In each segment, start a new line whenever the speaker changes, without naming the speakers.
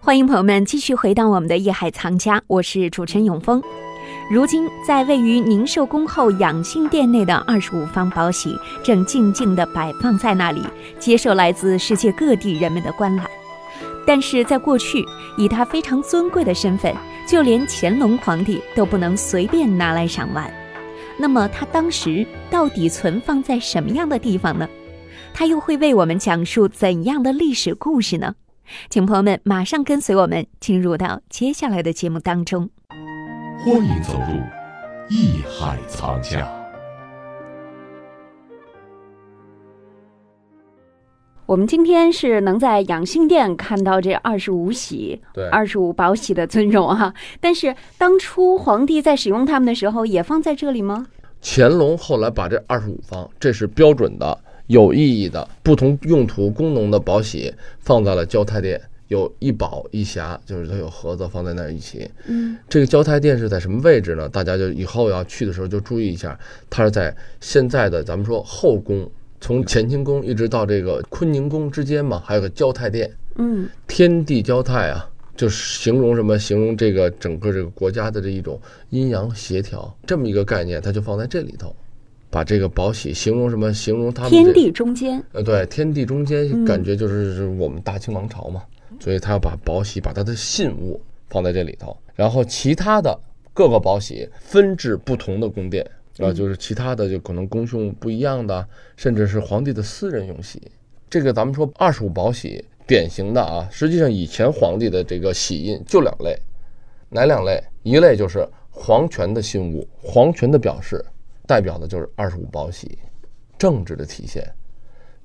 欢迎朋友们继续回到我们的《夜海藏家》，我是主持人永峰。如今，在位于宁寿宫后养心殿内的二十五方宝玺正静静地摆放在那里，接受来自世界各地人们的观览。但是在过去，以他非常尊贵的身份，就连乾隆皇帝都不能随便拿来赏玩。那么，他当时到底存放在什么样的地方呢？他又会为我们讲述怎样的历史故事呢？请朋友们马上跟随我们进入到接下来的节目当中。
欢迎走入艺海藏家。
我们今天是能在养心殿看到这二十五玺、
对，
二十五宝玺的尊容啊，但是当初皇帝在使用它们的时候，也放在这里吗？
乾隆后来把这二十五方，这是标准的、有意义的、不同用途、功能的宝玺放在了交泰殿，有一宝一匣，就是它有盒子放在那儿一起。
嗯，
这个交泰殿是在什么位置呢？大家就以后要去的时候就注意一下，它是在现在的咱们说后宫，从乾清宫一直到这个坤宁宫之间嘛，还有个交泰殿。
嗯，
天地交泰啊，就是形容什么？形容这个整个这个国家的这一种阴阳协调这么一个概念，它就放在这里头，把这个宝玺形容什么？形容他们
天
这
地中间，
呃，对，天地中间
嗯
感觉就是是我们大清王朝嘛，所以他要把宝玺把他的信物放在这里头，然后其他的各个宝玺分至不同的宫殿，啊，就是其他的就可能功用不一样的，甚至是皇帝的私人用玺。这个咱们说二十五宝玺典型的啊，实际上以前皇帝的这个玺印就两类，哪两类？一类就是皇权的信物，皇权的表示，代表的就是二十五宝玺，政治的体现。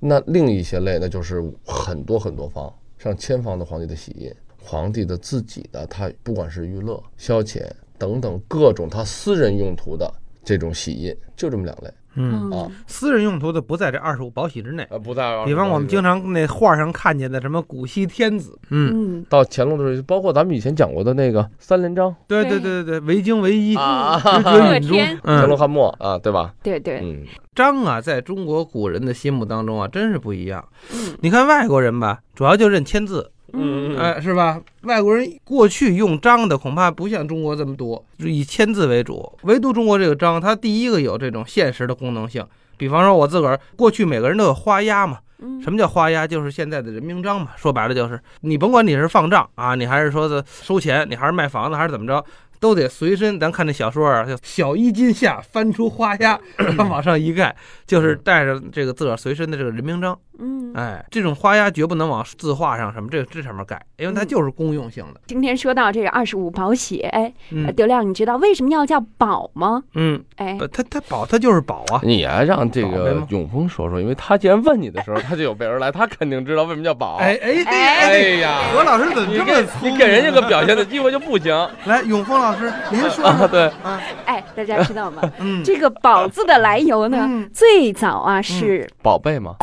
那另一些类呢，就是很多很多方，上千方的皇帝的玺印，皇帝的自己的，他不管是娱乐、消遣等等各种他私人用途的这种玺印，就这么两类
嗯，
啊，
私人用途的不在这二十五宝玺之内。
呃，不在。
比方我们经常那画上看见的什么古稀天子，嗯，
嗯，
到乾隆的时候，包括咱们以前讲过的那个三连章
对
对
对对对对，为经为一，
啊，
直觉
乐
允中
天。
乾
嗯，
隆汉末啊，对吧？
对对，
嗯，
章啊，在中国古人的心目当中啊，真是不一样。
嗯
你看外国人吧，主要就认签字，
嗯
哎、是吧？外国人过去用章的恐怕不像中国这么多，就以签字为主。唯独中国这个章，它第一个有这种现实的功能性。比方说，我自个儿过去每个人都有花押嘛，
嗯，
什么叫花押？就是现在的人名章嘛。说白了就是，你甭管你是放账啊，你还是说的收钱，你还是卖房子，还是怎么着，都得随身。咱看那小说啊，叫小衣襟下翻出花押， 然后往上一盖，就是带着这个自个儿随身的这个人名章。
嗯，
哎，这种花押绝不能往字画上什么这这上面盖，因为它
嗯
就是公用性的。
今天说到这个二十五宝玺，哎，
嗯
德亮，你知道为什么要叫宝吗？
嗯，
哎，
呃它它宝它就是宝啊。
你啊，让这
宝贝
个
吗
永峰说说，因为他既然问你的时候，他就有备而来，他肯定知道为什么叫宝。
哎，哎
哎
哎
哎，
呀，
何老师怎么
你
这
给
么粗？
你给人家个表现的机会就 不行
来，永峰老师您说
啊！
说。
对，
哎，大家知道吗？
嗯，
这个宝字的来由呢
嗯，
最早啊是
宝贝嘛，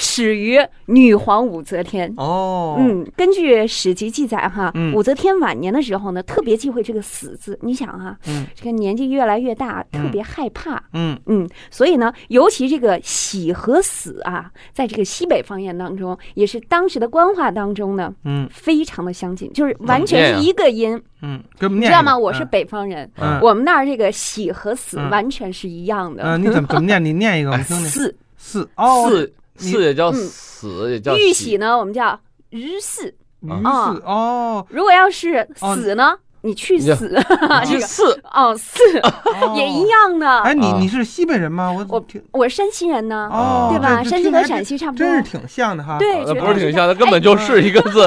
始于女皇武则天。
哦，
嗯，根据史籍记载哈，
嗯
武则天晚年的时候呢，特别忌讳这个“死”字。你想啊，
嗯
这个年纪越来越大，
嗯
特别害怕。
嗯
嗯，所以呢，尤其这个“喜”和“死”啊，在这个西北方言当中，也是当时的官话当中呢，
嗯
非常的相近，就是
么念
完
啊
全
呀
是一个音，
嗯，给我们
你
念一个。
知道吗？我是
嗯
北方人，
嗯
我们那儿这个“喜”和“死”
嗯
完全是一样的。
嗯，你怎么怎么念？你念一个，我们听听。
死
四哦，
四
你
四也叫
嗯
死，也叫
玉玺呢，我们叫日死。
于
啊
嗯四哦，
如果要是
哦
死呢，你去
你啊就
死，这
祭
个
祀
哦死。
哦
也一。样
哎，
的。
你
啊
你是西北人吗？我
我
听
我是山西人呢，
哦，
对吧？
这
山西和陕西差不多
真。是挺像的哈。
对，
啊那
觉
不
得哎
是挺像的，根本就是哎一个 字。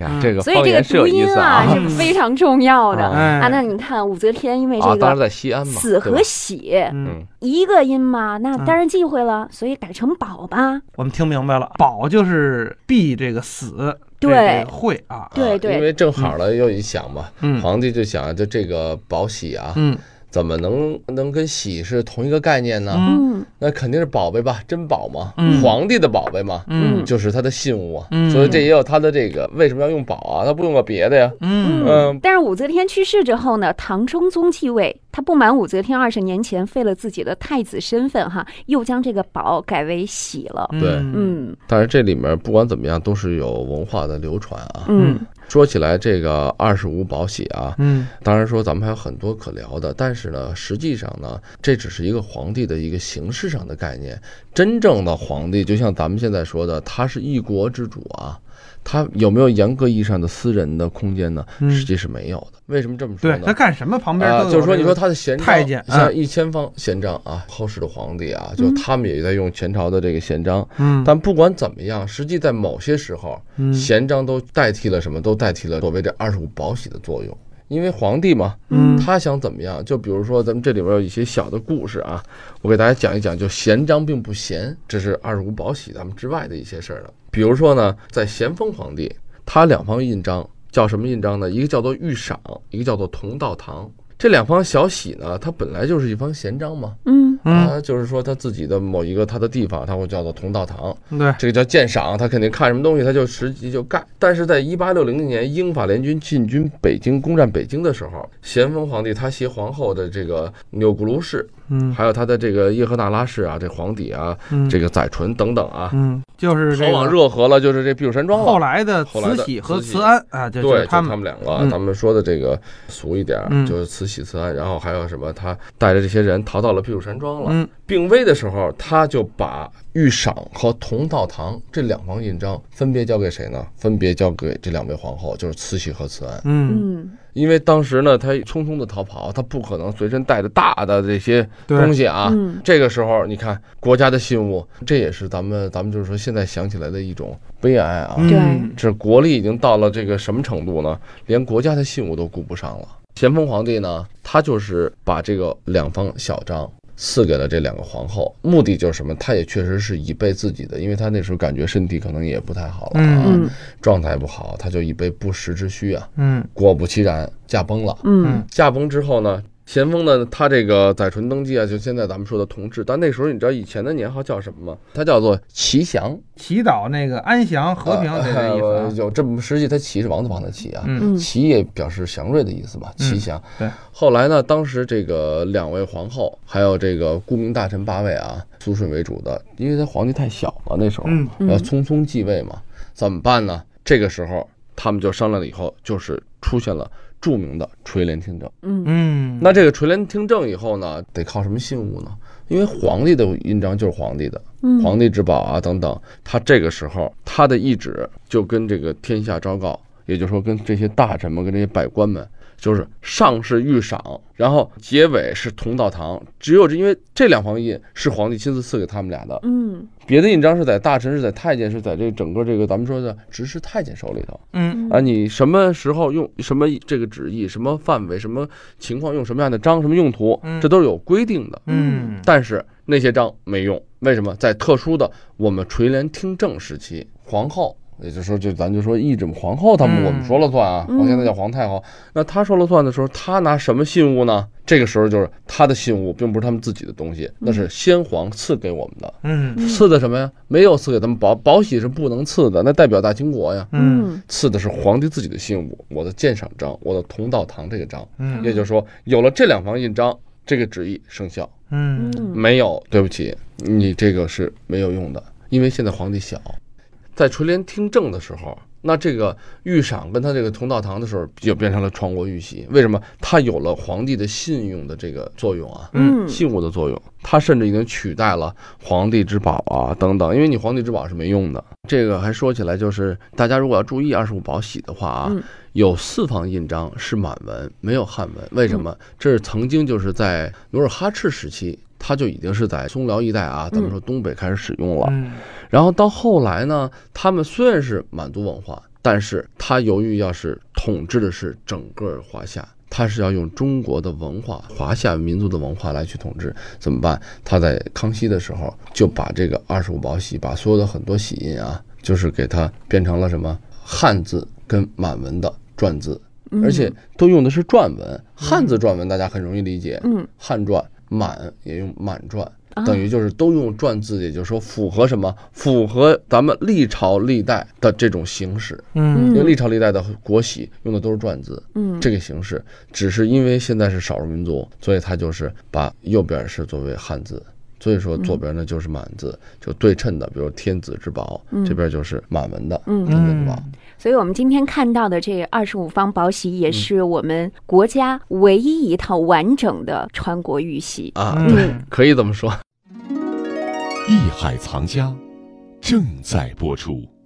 呀，这个
所以
方
这个
言是
读
有意
音
思
啊
啊
是非常重要的
啊
哎
啊。那你看武则天，因为
啊！
这
当时
个
在西安嘛，
死
对吧
和喜
嗯，
嗯，
一个音嘛，那
嗯
当然忌讳了，所以改成宝
啊
吧。
我们听明白了，宝就是避这个死，这
对
这个会啊，
对
因
对，
嗯为正好了，又一想嘛，
嗯
皇帝就想就这个宝玺啊，
嗯
怎么能能跟喜是同一个概念呢？
嗯
嗯
那肯定是宝贝吧，珍宝嘛，
嗯
皇帝的宝贝嘛，
嗯
就是他的信物啊。
嗯
所以这也有他的这个为什么要用宝啊？他不用个别的呀？
嗯
嗯
但是武则天去世之后呢，唐中宗继位，他不满武则天二十年前废了自己的太子身份哈，又将这个宝改为玺了。
嗯
对
嗯
但是这里面不管怎么样都是有文化的流传啊。
嗯
说起来这个二十五宝玺啊，
嗯
当然说咱们还有很多可聊的，但是呢，实际上呢，这只是一个皇帝的一个形式上的概念。真正的皇帝，就像咱们现在说的，他是一国之主啊，他有没有严格意义上的私人的空间呢？
嗯
实际是没有的。为什么这么说
对他
呢？
干什么旁边
啊，
都有
就是说，
这
你说
个
他的贤章，
太监啊
像一千方贤章啊，后世的皇帝啊，就他们也在用前朝的这个贤章，
嗯
但不管怎么样，实际在某些时候，
嗯
贤章都代替了什么？都代替了所谓这二十五宝玺的作用。因为皇帝嘛，
嗯
他想怎么样？就比如说咱们这里边有一些小的故事啊，我给大家讲一讲。就贤章并不贤，这是二十五宝玺咱们之外的一些事儿了。比如说呢，在咸丰皇帝，他两方印章叫什么印章呢？一个叫做御赏，一个叫做同道堂。这两方小玺呢，它本来就是一方贤章嘛，
嗯
嗯
啊，就是说他自己的某一个他的地方，他会叫做同道堂。
对
这个叫鉴赏，他肯定看什么东西，他就实际就盖。但是在一八六零年英法联军进军北京、攻占北京的时候，咸丰皇帝他携皇后的这个钮钴卢氏，
嗯
还有他的这个叶赫那拉氏啊，这皇帝啊，
嗯
这个载淳等等啊，
嗯就是
逃
这
往
个
热河了，就是这避暑山庄了。
后来的
后来的
慈禧和
慈禧
慈安啊，就
对，
就是
就
他
他
们
们两个，
嗯
咱们说的这个俗一点儿，
嗯
就是慈禧、慈安，然后还有什么？他带着这些人逃到了避暑山庄了。
嗯
病危的时候，他就把御赏和同道堂这两方印章分别交给谁呢？分别交给这两位皇后，就是慈禧和慈安。
嗯
嗯
因为当时呢，他匆匆的逃跑，他不可能随身带着大的这些
对
东西啊。
嗯
这个时候，你看国家的信物，这也是咱们咱们就是说现在想起来的一种悲哀啊。
嗯
对
这国力已经到了这个什么程度呢？连国家的信物都顾不上了。咸丰皇帝呢，他就是把这个两方小章赐给了这两个皇后，目的就是什么？他也确实是以备自己的，因为他那时候感觉身体可能也不太好了、啊，
嗯
嗯
状态不好，他就以备不时之需啊。
嗯
果不其然，驾崩了。
嗯
驾崩之后呢，咸丰呢，他这个载淳登基啊，就现在咱们说的同治，但那时候你知道以前的年号叫什么吗？它叫做祺祥，
祈祷那个安
啊
详和平这个意
呃
思啊
有这么实际，它祺是王字旁的祺啊，
嗯
嗯
祺也表示祥瑞的意思嘛，祺祥。
对，
后来呢，当时这个两位皇后，还有这个顾命大臣八位啊，苏顺为主的，因为他皇帝太小了那时候，
嗯
然后匆匆继位嘛，怎么办呢？这个时候他们就商量了以后，就是出现了著名的垂帘听政。
嗯
嗯
那这个垂帘听政以后呢，得靠什么信物呢？因为皇帝的印章就是皇帝的，
嗯
皇帝之宝啊等等，他这个时候他的懿旨就跟这个天下昭告，也就是说跟这些大臣们、跟这些百官们，就是上是御赏，然后结尾是同道堂，只有这因为这两方印是皇帝亲自赐给他们俩的，
嗯
别的印章是在大臣、是在太监、是在这整个这个咱们说的执事太监手里头。
嗯
啊，你什么时候用什么这个旨意、什么范围、什么情况用什么样的章、什么用途
嗯，
这都是有规定的。
嗯
但是那些章没用，为什么？在特殊的我们垂帘听政时期，皇后，也就是说，就咱就说懿旨皇后，他们
嗯
我们说了算啊，我现在叫皇太后。那她说了算的时候，她拿什么信物呢？这个时候就是她的信物，并不是他们自己的东西，那是先皇赐给我们的。
嗯
赐的什么呀？没有赐给他们宝宝玺是不能赐的，那代表大清国呀。
嗯
嗯
赐的是皇帝自己的信物，我的鉴赏章，我的同道堂这个章。
嗯
也就是说，有了这两方印章，这个旨意生效。
嗯
嗯
没有，对不起，你这个是没有用的，因为现在皇帝小，在垂帘听政的时候，那这个御赏跟他这个同道堂的时候，就变成了传国玉玺。为什么？他有了皇帝的信用的这个作用啊。
嗯
信物的作用，它甚至已经取代了皇帝之宝啊等等，因为你皇帝之宝是没用的。这个还说起来，就是大家如果要注意二十五宝玺的话啊，
嗯
有四方印章是满文，没有汉文。为什么？
嗯
这是曾经就是在努尔哈赤时期，它就已经是在松辽一带啊，咱们说东北开始使用了。
嗯
然后到后来呢，他们虽然是满族文化，但是他由于要是统治的是整个华夏，他是要用中国的文化、华夏民族的文化来去统治，怎么办？他在康熙的时候就把这个二十五宝玺，把所有的很多玺印啊，就是给它变成了什么汉字跟满文的篆字。
嗯
而且都用的是篆文，汉字篆文大家很容易理解，
嗯，啊
汉篆、满也用满篆，等于就是都用篆字，也就是说符合什么？符合咱们历朝历代的这种形式，
嗯
因为历朝历代的国玺用的都是篆字，
嗯
这个形式只是因为现在是少数民族，所以它就是把右边是作为汉字。所以说
嗯
左边呢就是满字，就对称的，比如天子之宝，这边就是满文的
嗯
天子之宝。
所以我们今天看到的这二十五方宝玺，
嗯
也是我们国家唯一一套完整的传国玉玺。
啊，
嗯
对，可以这么说。
艺海藏家正在播出。